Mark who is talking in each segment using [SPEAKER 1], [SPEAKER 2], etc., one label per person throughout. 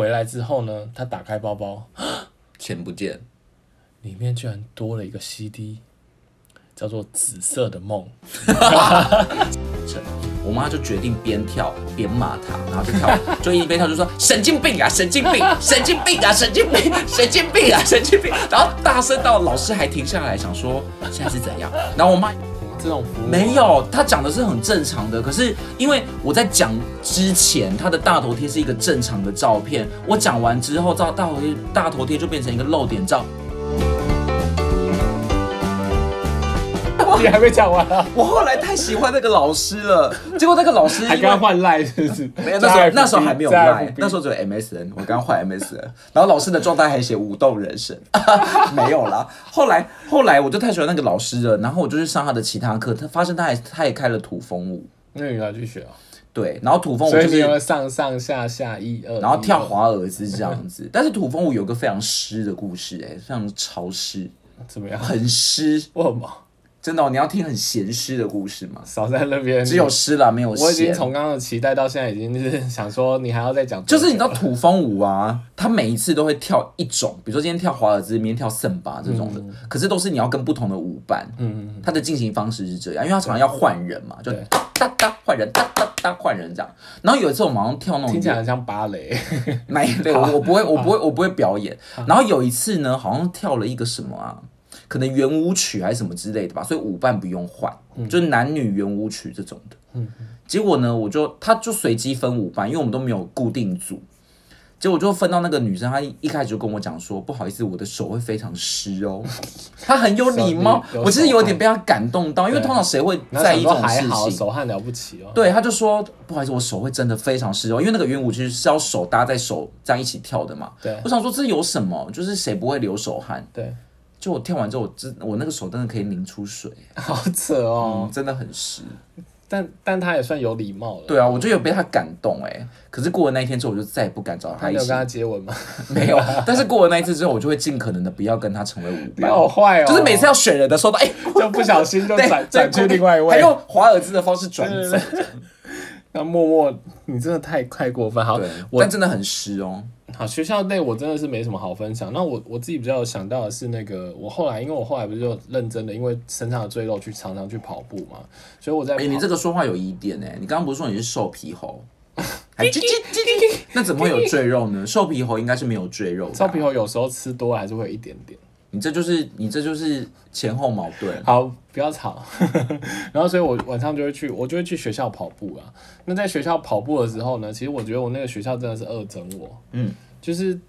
[SPEAKER 1] 回来之后呢，他打开包包，
[SPEAKER 2] 钱不见，
[SPEAKER 1] 里面居然多了一个 CD，叫做《紫色的梦》。
[SPEAKER 2] 我妈就决定边跳边骂他，然后就跳，就一边跳就说神经病啊，神经病，神经病啊，神经病，神经病啊，神经病，然后大声到老师还停下来想说现在是怎样，然后我妈。
[SPEAKER 1] 这种服务
[SPEAKER 2] 没有，他讲的是很正常的。可是因为我在讲之前，他的大头贴是一个正常的照片，我讲完之后，照大头贴大头贴就变成一个露点照。
[SPEAKER 1] 你还没讲完啊？
[SPEAKER 2] 我后来太喜欢那个老师了，结果那个老师因为
[SPEAKER 1] 还跟他换赖是不是？
[SPEAKER 2] 没有，那时候那时候还没有 Line，那时
[SPEAKER 1] 候
[SPEAKER 2] 候只有 MSN，我刚换 MSN，然后老师的状态还写舞动人生， 没有啦。后来后来我就太喜欢那个老师了，然后我就去上他的其他课，他发现他还他也开了土风舞，
[SPEAKER 1] 那你要去学啊。
[SPEAKER 2] 对，然后土风舞
[SPEAKER 1] 所以
[SPEAKER 2] 哦就
[SPEAKER 1] 你
[SPEAKER 2] 是
[SPEAKER 1] 要上上下下一二，
[SPEAKER 2] 然后跳
[SPEAKER 1] 一二
[SPEAKER 2] 华尔兹这样子， 但是土风舞有个非常湿的故事、哎，非常潮湿，
[SPEAKER 1] 怎么样？
[SPEAKER 2] 很湿，
[SPEAKER 1] 我很忙，
[SPEAKER 2] 真的、哦，你要听很咸湿的故事吗？
[SPEAKER 1] 少在那边。
[SPEAKER 2] 只有湿啦，没有
[SPEAKER 1] 我已经
[SPEAKER 2] 咸。
[SPEAKER 1] 从刚刚的期待到现在，已经就是想说你还要再讲多
[SPEAKER 2] 就
[SPEAKER 1] 久，
[SPEAKER 2] 是你知道土风舞啊，它每一次都会跳一种，比如说今天跳华尔兹，明天跳圣巴这种的，可是都是你要跟不同的舞伴，
[SPEAKER 1] 嗯，
[SPEAKER 2] 它的进行方式是这样，因为它常常要换人嘛，就
[SPEAKER 1] 对
[SPEAKER 2] 哒哒哒换人，哒哒哒换人这样。然后有一次我们好像跳那种
[SPEAKER 1] 听起来很像芭蕾。
[SPEAKER 2] 那一类，我我不会，我不会，我不会表演。然后有一次呢，好像跳了一个什么啊，可能圆舞曲还是什么之类的吧，所以舞伴不用换，
[SPEAKER 1] 嗯
[SPEAKER 2] 就是男女圆舞曲这种的。结果呢，我就他就随机分舞伴，因为我们都没有固定组。结果我就分到那个女生，她一一开始就跟我讲说：“不好意思，我的手会非常湿哦。”她很有礼貌
[SPEAKER 1] 手，有
[SPEAKER 2] 我其实有点被她感动到，因为
[SPEAKER 1] 对
[SPEAKER 2] 通常谁 会
[SPEAKER 1] 然后
[SPEAKER 2] 在
[SPEAKER 1] 想
[SPEAKER 2] 意这
[SPEAKER 1] 说
[SPEAKER 2] 种
[SPEAKER 1] 还
[SPEAKER 2] 事
[SPEAKER 1] 好，
[SPEAKER 2] 情？
[SPEAKER 1] 手汗了不起哦。
[SPEAKER 2] 对，他就说不好意思，我手会真的非常湿哦，因为那个圆舞其实是要手搭在手这样一起跳的嘛。
[SPEAKER 1] 对
[SPEAKER 2] 我想说这有什么？就是谁不会流手汗？
[SPEAKER 1] 对，
[SPEAKER 2] 就我跳完之后，我真我那个手真的可以淋出水，
[SPEAKER 1] 好扯哦。
[SPEAKER 2] 嗯，真的很湿。
[SPEAKER 1] 但但他也算有礼貌了。
[SPEAKER 2] 嗯对啊，我就有被他感动哎、可是过了那一天之后，我就再也不敢找
[SPEAKER 1] 他
[SPEAKER 2] 他
[SPEAKER 1] 没
[SPEAKER 2] 一
[SPEAKER 1] 有跟
[SPEAKER 2] 起，
[SPEAKER 1] 他接吻吗？
[SPEAKER 2] 没有。但是过了那一次之后，我就会尽可能的不要跟他成为舞
[SPEAKER 1] 你
[SPEAKER 2] 伴。
[SPEAKER 1] 好坏哦，
[SPEAKER 2] 就是每次要选人的时候，哎、
[SPEAKER 1] 就不小心就
[SPEAKER 2] 对
[SPEAKER 1] 转
[SPEAKER 2] 对
[SPEAKER 1] 转去另外一
[SPEAKER 2] 还
[SPEAKER 1] 位，
[SPEAKER 2] 用华尔兹的方式转
[SPEAKER 1] 对对
[SPEAKER 2] 走。
[SPEAKER 1] 那默默，你真的太太过分。好
[SPEAKER 2] 对，，
[SPEAKER 1] 我
[SPEAKER 2] 但真的很湿哦。
[SPEAKER 1] 好学校内我真的是没什么好分享。那我我自己比较有想到的是那个，我后来因为我后来不是就认真的，因为身上的赘肉去常常去跑步嘛，所以我在
[SPEAKER 2] 哎、
[SPEAKER 1] 跑、
[SPEAKER 2] 你这个说话有疑点哎、你刚刚不是说你是瘦皮猴？还叽叽叽叽，那怎么会有赘肉呢？瘦皮猴应该是没有赘肉的、
[SPEAKER 1] 烧皮，猴有时候吃多了还是会有一点点。
[SPEAKER 2] 你这就是你这就是前后矛盾。
[SPEAKER 1] 好，不要吵。 然后，所以我晚上就会去，我就会去学校跑步啊。那在学校跑步的时候呢，其实我觉得我那个学校真的是恶整我。
[SPEAKER 2] 嗯，
[SPEAKER 1] 就是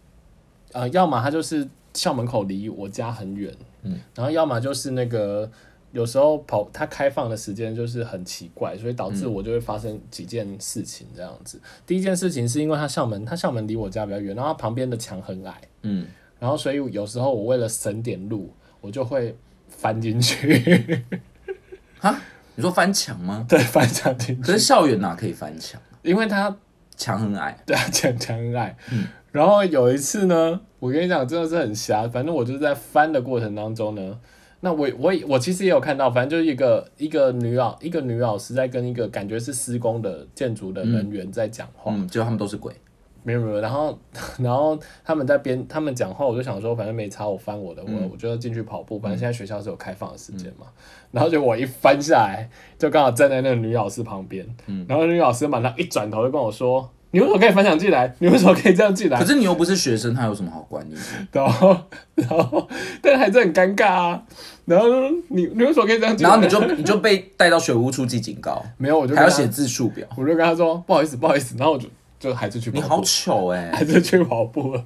[SPEAKER 1] 呃，要么他就是校门口离我家很远，
[SPEAKER 2] 嗯，
[SPEAKER 1] 然后要么就是那个有时候跑它开放的时间就是很奇怪，所以导
[SPEAKER 2] 嗯
[SPEAKER 1] 致我就会发生几件事情这样子。第一件事情是因为它校门，它校门离我家比较远，然后它旁边的墙很矮，
[SPEAKER 2] 嗯，
[SPEAKER 1] 然后所以有时候我为了省点路，我就会翻进去，
[SPEAKER 2] 哈，你说翻墙吗？
[SPEAKER 1] 对，翻墙进去，
[SPEAKER 2] 可是校园哪可以翻墙？
[SPEAKER 1] 因为它
[SPEAKER 2] 墙很矮。
[SPEAKER 1] 对啊，讲讲很矮。然后有一次呢，我跟你讲，真的是很瞎。反正我就是在翻的过程当中呢，那我我也我其实也有看到，反正就是一个一个女老一个女老师在跟一个感觉是施工的建筑的人员在讲话，
[SPEAKER 2] 嗯，就他们都是鬼。
[SPEAKER 1] 没有没有。然后 然后他们在边他们讲话，我就想说，反正没差，我翻我的，我、
[SPEAKER 2] 嗯
[SPEAKER 1] 我就要进去跑步。反正现在学校是有开放的时间嘛。然后就我一翻下来，就刚好站在那个女老师旁边。
[SPEAKER 2] 嗯
[SPEAKER 1] 然后那女老师马上一转头就跟我说。你为什么可以翻墙进来？你 为什么可以这样进来
[SPEAKER 2] 可？是你又不是学生，他有什么好管你的？
[SPEAKER 1] 然后，然后，但还是很尴尬啊。然后你你为什么可以这样？
[SPEAKER 2] 然后你就你就被带到学务处记警告，
[SPEAKER 1] 没有，我就
[SPEAKER 2] 还
[SPEAKER 1] 跟
[SPEAKER 2] 要
[SPEAKER 1] 他
[SPEAKER 2] 写，字数表。
[SPEAKER 1] 我就跟他说不好意思，不好意思。然后我就就还是去
[SPEAKER 2] 你
[SPEAKER 1] 跑
[SPEAKER 2] 好
[SPEAKER 1] 步，
[SPEAKER 2] 糗哎、
[SPEAKER 1] 还是去跑步了。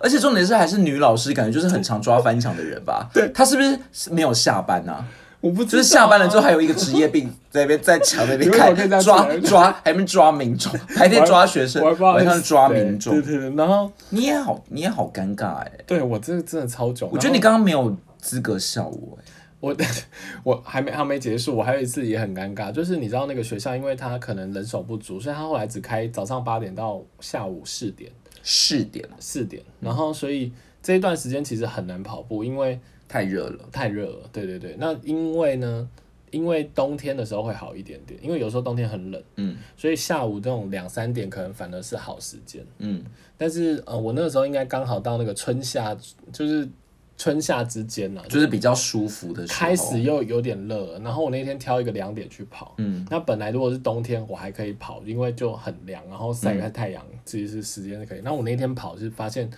[SPEAKER 2] 而且重点是还是女老师，感觉就是很常抓翻墙的人吧？对，她是不是没有下班啊？
[SPEAKER 1] 我不知
[SPEAKER 2] 就
[SPEAKER 1] 道
[SPEAKER 2] 是下班了之后还有一个职业 病在那边在墙那边
[SPEAKER 1] 如果我可以
[SPEAKER 2] 看
[SPEAKER 1] 这样
[SPEAKER 2] 抓
[SPEAKER 1] 子
[SPEAKER 2] 抓，还没抓民众，白天抓学生，
[SPEAKER 1] 我还不知道
[SPEAKER 2] 晚上抓
[SPEAKER 1] 对
[SPEAKER 2] 民众
[SPEAKER 1] 对，对对，然后
[SPEAKER 2] 你也好，你也好尴尬哎、
[SPEAKER 1] 对我这个真的超囧。
[SPEAKER 2] 我觉得你刚刚没有资格笑我哎、
[SPEAKER 1] 我 我还没还没结束，我还有一次也很尴尬，就是你知道那个学校，因为他可能人手不足，所以他后来只开早上八点到下午四点。
[SPEAKER 2] 试点
[SPEAKER 1] 四点，然后所以这一段时间其实很难跑步，因为
[SPEAKER 2] 太热了，
[SPEAKER 1] 太热了。对对对，那因为呢，因为冬天的时候会好一点点，因为有时候冬天很冷，
[SPEAKER 2] 嗯
[SPEAKER 1] 所以下午这种两三点可能反而是好时间。
[SPEAKER 2] 嗯
[SPEAKER 1] 但是呃，我那个时候应该刚好到那个春夏，就是春夏之间啊呐、
[SPEAKER 2] 就是比较舒服的时候。
[SPEAKER 1] 开始又有点热了。然后我那天挑一个两点去跑，
[SPEAKER 2] 嗯
[SPEAKER 1] 那本来如果是冬天我还可以跑，因为就很凉，然后晒个太阳，其实是时间是可以。那我那天跑是发现，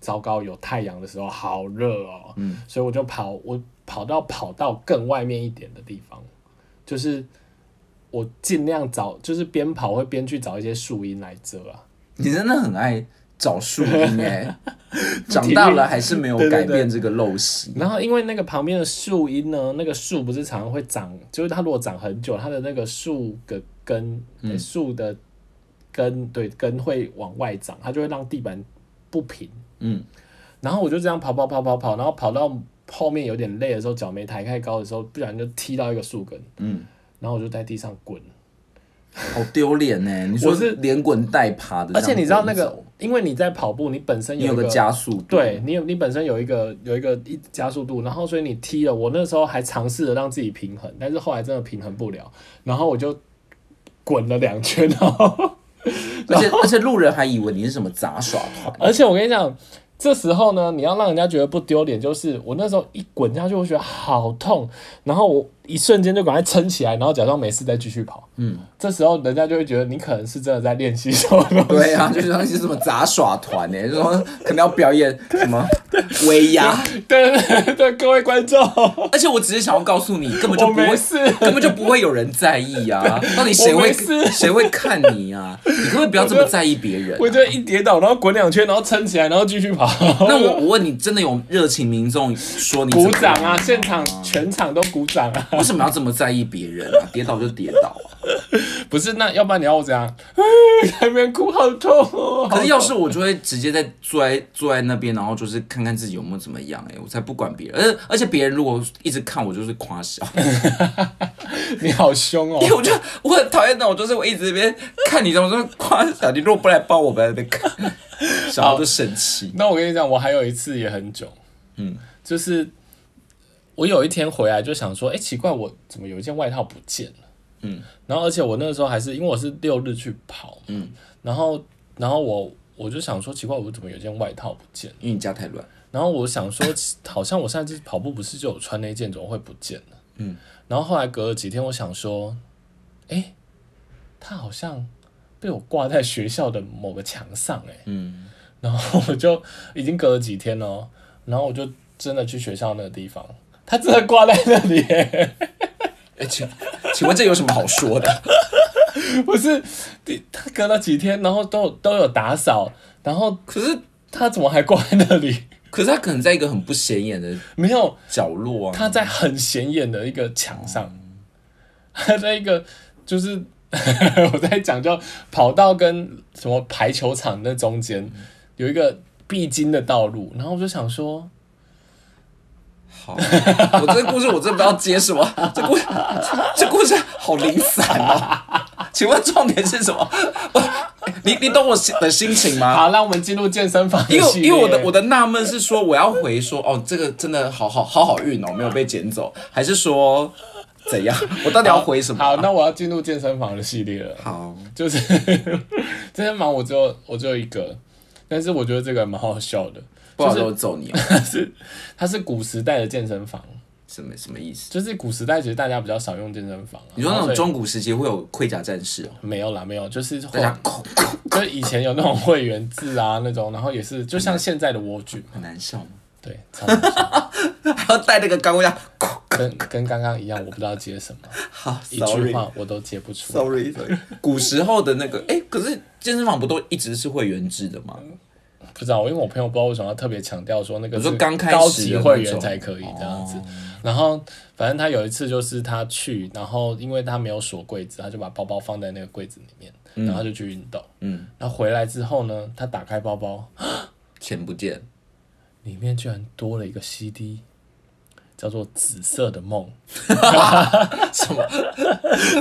[SPEAKER 1] 糟糕，有太阳的时候好热哦，
[SPEAKER 2] 嗯
[SPEAKER 1] 所以我就跑，我跑到跑到更外面一点的地方，就是我尽量找，就是边跑会边去找一些树荫来遮啊。
[SPEAKER 2] 你真的很爱找树荫 哎，长大了还是没有
[SPEAKER 1] 对对
[SPEAKER 2] 改
[SPEAKER 1] 对
[SPEAKER 2] 变这个陋习。
[SPEAKER 1] 然后因为那个旁边的树荫呢，那个树不是常常会长，就是它如果长很久，它的那个树的根，
[SPEAKER 2] 嗯
[SPEAKER 1] 诶树的根，对根会往外长，它就会让地板不平。
[SPEAKER 2] 嗯
[SPEAKER 1] 然后我就这样跑跑跑跑跑，然后跑到后面有点累的时候，脚没抬太高的时候，不小心就踢到一个树根，
[SPEAKER 2] 嗯，
[SPEAKER 1] 然后我就在地上滚。
[SPEAKER 2] 好丢脸呢！你说
[SPEAKER 1] 我是
[SPEAKER 2] 连滚带爬的，
[SPEAKER 1] 而且你知道那
[SPEAKER 2] 这样
[SPEAKER 1] 个
[SPEAKER 2] 子，
[SPEAKER 1] 因为你在跑步，你本身
[SPEAKER 2] 你有
[SPEAKER 1] 一
[SPEAKER 2] 个
[SPEAKER 1] 个
[SPEAKER 2] 加速，，
[SPEAKER 1] 对你有你本身有一个有一个一加速度，然后所以你踢了，我那时候还尝试着让自己平衡，但是后来真的平衡不了，然后我就滚了两圈，然后
[SPEAKER 2] 而且而且路人还以为你是什么杂耍团，
[SPEAKER 1] 而且我跟你讲，这时候呢，你要让人家觉得不丢脸，就是我那时候一滚下去，我觉得好痛，然后我一瞬间就赶快撑起来，然后假装没事再继续跑，
[SPEAKER 2] 嗯，
[SPEAKER 1] 这时候人家就会觉得你可能是真的在练习什么东西，
[SPEAKER 2] 对啊，就是那些什么杂耍团 呢，就说可能要表演什么威压，
[SPEAKER 1] 对对对 对，各位观众，
[SPEAKER 2] 而且我只是想要告诉你，根本就
[SPEAKER 1] 我
[SPEAKER 2] 不会
[SPEAKER 1] 没事
[SPEAKER 2] 根本就不会有人在意 啊！到底谁
[SPEAKER 1] 我
[SPEAKER 2] 会
[SPEAKER 1] 没事
[SPEAKER 2] 谁会看你啊？你可不可以不要这么在意别人啊、
[SPEAKER 1] 我就一跌倒，然后滚两圈，然后撑起来，然后继续跑。
[SPEAKER 2] 那我我问你，真的有热情民众说你怎么
[SPEAKER 1] 鼓掌啊！
[SPEAKER 2] 样
[SPEAKER 1] 现场全场都鼓掌啊！
[SPEAKER 2] 为什么要这么在意别人啊？跌倒就跌倒 啊！
[SPEAKER 1] 不是，那要不然你要我怎 样？还没哭，好痛哦！
[SPEAKER 2] 可是要是我就会直接在坐在坐在那边，然后就是看看自己有没有怎么样、欸，哎，我才不管别人。而而且别人如果一直看我，就是夸小，
[SPEAKER 1] 你好凶哦
[SPEAKER 2] 因！为我就我很讨厌那种，就是我一直在那边看你，我说夸小，你如果不来帮我们，在那边看，小孩就生气。
[SPEAKER 1] 那我跟你讲，我还有一次也很囧，
[SPEAKER 2] 嗯，
[SPEAKER 1] 就是我有一天回来就想说，哎、奇怪，我怎么有一件外套不见了？
[SPEAKER 2] 嗯，
[SPEAKER 1] 然后而且我那个时候还是因为我是六日去跑，嗯，然后然后我我就想说，奇怪，我怎么有一件外套不见了？
[SPEAKER 2] 因为你家太乱。
[SPEAKER 1] 然后我想说，其好像我上次跑步不是就有穿那件，怎么会不见了？
[SPEAKER 2] 嗯，
[SPEAKER 1] 然后后来隔了几天，我想说，哎，它好像被我挂在学校的某个墙上哎、诶
[SPEAKER 2] 嗯。
[SPEAKER 1] 然后我就已经隔了几天了哦，然后我就真的去学校那个地方，它真的挂在那里、诶
[SPEAKER 2] 哎，请请问这有什么好说的？
[SPEAKER 1] 不是，你它隔了几天，然后都有都有打扫，然后
[SPEAKER 2] 可是
[SPEAKER 1] 它怎么还挂在那里？
[SPEAKER 2] 可是他可能在一个很不显眼的
[SPEAKER 1] 没有，
[SPEAKER 2] 角落啊。
[SPEAKER 1] 他在很显眼的一个墙上， 他在一个就是 我在讲叫跑道跟什么排球场那中间有一个必经的道路，然后我就想说，
[SPEAKER 2] 好，我这个故事我真的不知道接什么，这故事这故事好零散哦。 请问重点是什么？ 我你你懂我心的心情吗？
[SPEAKER 1] 好，让我们进入健身房的
[SPEAKER 2] 因为
[SPEAKER 1] 系列
[SPEAKER 2] 因为我的我的纳闷是说我要回说哦，这个真的好好好好运哦，没有被捡走，还是说 怎样？我到底要回什么？
[SPEAKER 1] 好，那我要进入健身房的系列 了，
[SPEAKER 2] 好，
[SPEAKER 1] 就是健身房我只有我只有一个，但是我觉得这个蛮好笑的，
[SPEAKER 2] 不好
[SPEAKER 1] 就
[SPEAKER 2] 意思，
[SPEAKER 1] 是
[SPEAKER 2] 我揍你哦，
[SPEAKER 1] 它是古时代的健身房。
[SPEAKER 2] 什么什么意思？
[SPEAKER 1] 就是古时代，其实大家比较少用健身房、啊。
[SPEAKER 2] 你说那
[SPEAKER 1] 然后所
[SPEAKER 2] 种
[SPEAKER 1] 以
[SPEAKER 2] 中古时期会有盔甲战士哦，
[SPEAKER 1] 没有啦，没有，就是
[SPEAKER 2] 大
[SPEAKER 1] 后
[SPEAKER 2] 家恐
[SPEAKER 1] 就以前有那种会员制啊，那种，然后也是就像现在的蜗居，
[SPEAKER 2] 很难笑吗？
[SPEAKER 1] 对，差不多
[SPEAKER 2] 还要带那个钢盔甲，哭
[SPEAKER 1] 跟跟刚刚一样，我不知道接什么，
[SPEAKER 2] 好
[SPEAKER 1] 一句话我都接不出来。
[SPEAKER 2] ，sorry，sorry。古时候的那个，哎、可是健身房不都一直是会员制的吗？
[SPEAKER 1] 不知道，因为我朋友不知道为什么要特别强调说那个
[SPEAKER 2] 我
[SPEAKER 1] 是
[SPEAKER 2] 说刚开始的哦
[SPEAKER 1] 高级会员才可以
[SPEAKER 2] 那种
[SPEAKER 1] 这样子。然后反正他有一次就是他去，然后因为他没有锁柜子，他就把包包放在那个柜子里面，然后他就去运动。
[SPEAKER 2] 嗯，
[SPEAKER 1] 然后回来之后呢，他打开包包，
[SPEAKER 2] 钱不见，
[SPEAKER 1] 里面居然多了一个 CD，叫做《紫色的梦》。
[SPEAKER 2] 什么？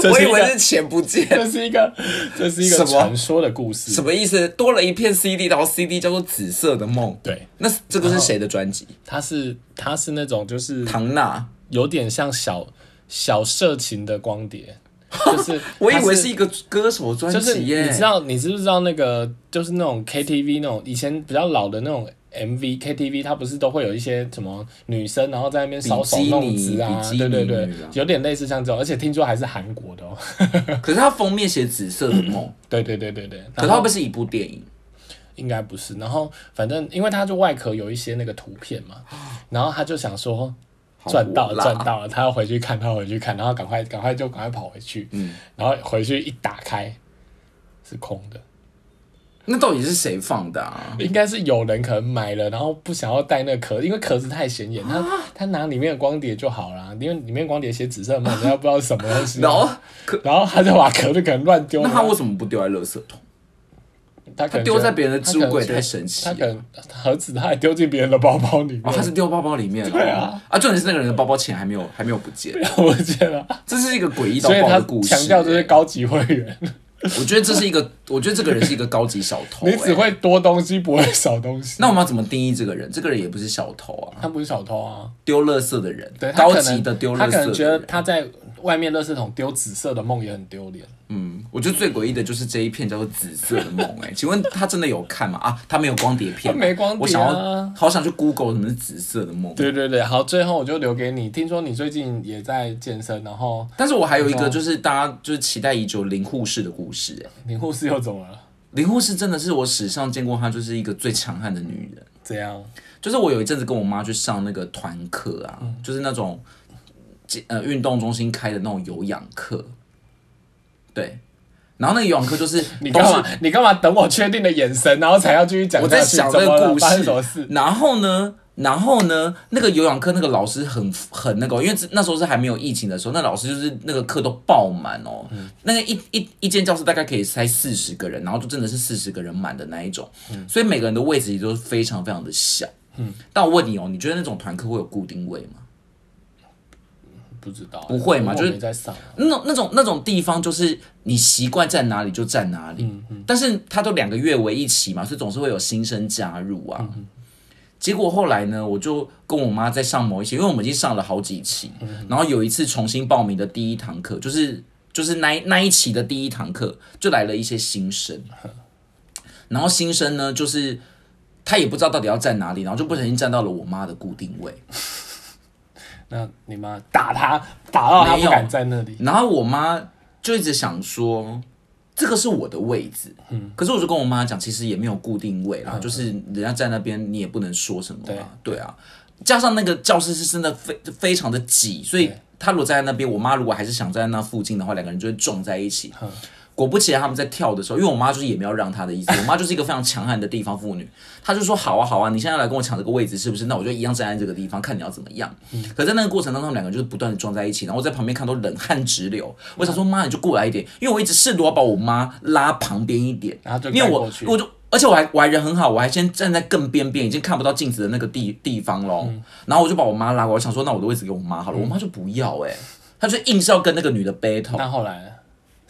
[SPEAKER 1] 这
[SPEAKER 2] 我
[SPEAKER 1] 是一
[SPEAKER 2] 以
[SPEAKER 1] 个
[SPEAKER 2] 为是钱不 见，
[SPEAKER 1] 这是一个，这是一
[SPEAKER 2] 什
[SPEAKER 1] 个
[SPEAKER 2] 么
[SPEAKER 1] 传说的故事。
[SPEAKER 2] 什么意思？多了一片 CD，然后 CD 叫做《紫色的梦》。
[SPEAKER 1] 对，
[SPEAKER 2] 那是这个是谁的专辑？
[SPEAKER 1] 它是它是那种就是
[SPEAKER 2] 唐娜。
[SPEAKER 1] 有点像小小色情的光碟，就是
[SPEAKER 2] 我以
[SPEAKER 1] 它
[SPEAKER 2] 为是一个歌手专
[SPEAKER 1] 就是
[SPEAKER 2] 辑
[SPEAKER 1] 你
[SPEAKER 2] 耶，
[SPEAKER 1] 知道你知不知道那个就是那种 KTV 那种以前比较老的那种 MV KTV，它不是都会有一些什么女生然后在那边搔首
[SPEAKER 2] 比基尼
[SPEAKER 1] 弄姿啊
[SPEAKER 2] 比基，尼
[SPEAKER 1] 对对对
[SPEAKER 2] 女郎，
[SPEAKER 1] 有点类似像这种，而且听说还是韩国的哦，
[SPEAKER 2] 可是它封面写紫色的梦，
[SPEAKER 1] 对对对对对，
[SPEAKER 2] 可是它会不会是一部电影？
[SPEAKER 1] 应该不是，然后反正因为它就外壳有一些那个图片嘛，然后他就想说
[SPEAKER 2] 好
[SPEAKER 1] 赚到了
[SPEAKER 2] 辣
[SPEAKER 1] 赚到了，他要回去看，他要回去看，然后赶快赶快就赶快跑回去，
[SPEAKER 2] 嗯，
[SPEAKER 1] 然后回去一打开是空的。
[SPEAKER 2] 那到底是谁放的啊？
[SPEAKER 1] 应该是有人可能买了，然后不想要带那个壳，因为壳子太显眼，他
[SPEAKER 2] 啊
[SPEAKER 1] 他拿里面的光碟就好啦，因为里面光碟写紫色 嘛，人家不知道是什么东西，
[SPEAKER 2] 然后可
[SPEAKER 1] 然后他就把壳就可能乱丢
[SPEAKER 2] 那
[SPEAKER 1] 了，
[SPEAKER 2] 他为什么不丢在垃圾桶？
[SPEAKER 1] 他可能
[SPEAKER 2] 他丢
[SPEAKER 1] 觉得
[SPEAKER 2] 在别人的置物柜
[SPEAKER 1] 他可能觉得
[SPEAKER 2] 太神奇
[SPEAKER 1] 他
[SPEAKER 2] 了
[SPEAKER 1] 可能盒子他还丢进别人的包包里
[SPEAKER 2] 哦，他
[SPEAKER 1] 面，
[SPEAKER 2] 是丢包包里面了。
[SPEAKER 1] 啊对啊，
[SPEAKER 2] 啊，重点是那个人的包包钱还没有还没有不见，
[SPEAKER 1] 我觉得，
[SPEAKER 2] 这是一个诡异到
[SPEAKER 1] 所以
[SPEAKER 2] 爆
[SPEAKER 1] 他
[SPEAKER 2] 的故事。
[SPEAKER 1] 强调这是高级会员，
[SPEAKER 2] 我觉得这是一个， 我觉得这个人是一个高级小偷、
[SPEAKER 1] 你只
[SPEAKER 2] 欸
[SPEAKER 1] 会多东西不会少东西，
[SPEAKER 2] 那我们要怎么定义这个人？这个人也不是小偷啊，
[SPEAKER 1] 他不是小偷啊，
[SPEAKER 2] 丢垃圾的人
[SPEAKER 1] 对，，他
[SPEAKER 2] 高
[SPEAKER 1] 可
[SPEAKER 2] 级
[SPEAKER 1] 能
[SPEAKER 2] 的丢
[SPEAKER 1] 他
[SPEAKER 2] 垃圾
[SPEAKER 1] 可
[SPEAKER 2] 的
[SPEAKER 1] 能觉得
[SPEAKER 2] 人。
[SPEAKER 1] 他在外面垃圾桶丢紫色的梦也很丢脸。
[SPEAKER 2] 嗯，我觉得最诡异的就是这一片叫做《紫色的梦》哎， 请问他真的有看吗？啊，他没有光碟片吗，
[SPEAKER 1] 他没光碟啊
[SPEAKER 2] 我想要好想去 Google 什么是《紫色的梦》。
[SPEAKER 1] 对对对，好，最后我就留给你。听说你最近也在健身，然后
[SPEAKER 2] 但是我还有一个就是大家就是期待已久林护士的故事哎，
[SPEAKER 1] 你护士又怎么了？
[SPEAKER 2] 林护士真的是我史上见过她就是一个最强悍的女人。
[SPEAKER 1] 怎样？
[SPEAKER 2] 就是我有一阵子跟我妈去上那个团课啊，
[SPEAKER 1] 嗯
[SPEAKER 2] 就是那种呃运动中心开的那种有氧课，对。然后那个有氧课就是
[SPEAKER 1] 你
[SPEAKER 2] 都
[SPEAKER 1] 干
[SPEAKER 2] 是
[SPEAKER 1] 嘛？你干嘛等我确定的眼神，然后才要继续讲
[SPEAKER 2] 我
[SPEAKER 1] 下
[SPEAKER 2] 在
[SPEAKER 1] 去？
[SPEAKER 2] 想
[SPEAKER 1] 怎
[SPEAKER 2] 这
[SPEAKER 1] 么
[SPEAKER 2] 个
[SPEAKER 1] 了
[SPEAKER 2] 故
[SPEAKER 1] 发生什么
[SPEAKER 2] 事
[SPEAKER 1] 事？，
[SPEAKER 2] 然后呢，然后呢，那个有氧课那个老师很很那个，因为那时候是还没有疫情的时候，那老师就是那个课都爆满哦，
[SPEAKER 1] 嗯
[SPEAKER 2] 那个一一一间教室大概可以塞四十个人，然后就真的是四十个人满的那一种，
[SPEAKER 1] 嗯
[SPEAKER 2] 所以每个人的位置也都非常非常的小。但我问你哦，你觉得那种团课会有固定位吗？
[SPEAKER 1] 不知道，啊
[SPEAKER 2] 不会嘛
[SPEAKER 1] 因为
[SPEAKER 2] 就是
[SPEAKER 1] 我没在上啊。
[SPEAKER 2] 那种那种那种地方，就是你习惯站哪里就站哪里。但是它都两个月为一期嘛，所以总是会有新生加入啊。结果后来呢，我就跟我妈在上某一期，因为我们已经上了好几期，然后有一次重新报名的第一堂课，就是就是那一那一期的第一堂课，就来了一些新生，然后新生呢，就是他也不知道到底要站哪里，然后就不小心站到了我妈的固定位。
[SPEAKER 1] 那你妈打他，打到他
[SPEAKER 2] 没
[SPEAKER 1] 不
[SPEAKER 2] 有
[SPEAKER 1] 敢在那里。
[SPEAKER 2] 然后我妈就一直想说，这个是我的位置，嗯，可是我就跟我妈讲，其实也没有固定位啦，就是人家在那边你也不能说什么啦，对啊，加上那个教室是真的非非常的挤，所以她如果站在那边，我妈如果还是想站在那附近的话，两个人就会撞在一起。
[SPEAKER 1] 嗯
[SPEAKER 2] 果不其然，他们在跳的时候，因为我妈就是也没有让她的意思，我妈就是一个非常强悍的地方妇女，她就说好啊好啊，你现在来跟我抢这个位置是不是？那我就一样站在这个地方，看你要怎么样。
[SPEAKER 1] 嗯
[SPEAKER 2] 可在那个过程当中，两个人就是不断的撞在一起，然后我在旁边看都冷汗直流。我
[SPEAKER 1] 嗯
[SPEAKER 2] 想说妈，你就过来一点，因为我一直试图要把我妈拉旁边一点，
[SPEAKER 1] 然后就
[SPEAKER 2] 因为
[SPEAKER 1] 盖
[SPEAKER 2] 我
[SPEAKER 1] 过去
[SPEAKER 2] 我就。而且我还我还人很好，我还先站在更边边，已经看不到镜子的那个地地方喽。然后我就把我妈拉过来，我想说那我的位置给我妈好了，我妈就不要哎、她就硬是要跟那个女的 battle。
[SPEAKER 1] 那后来呢，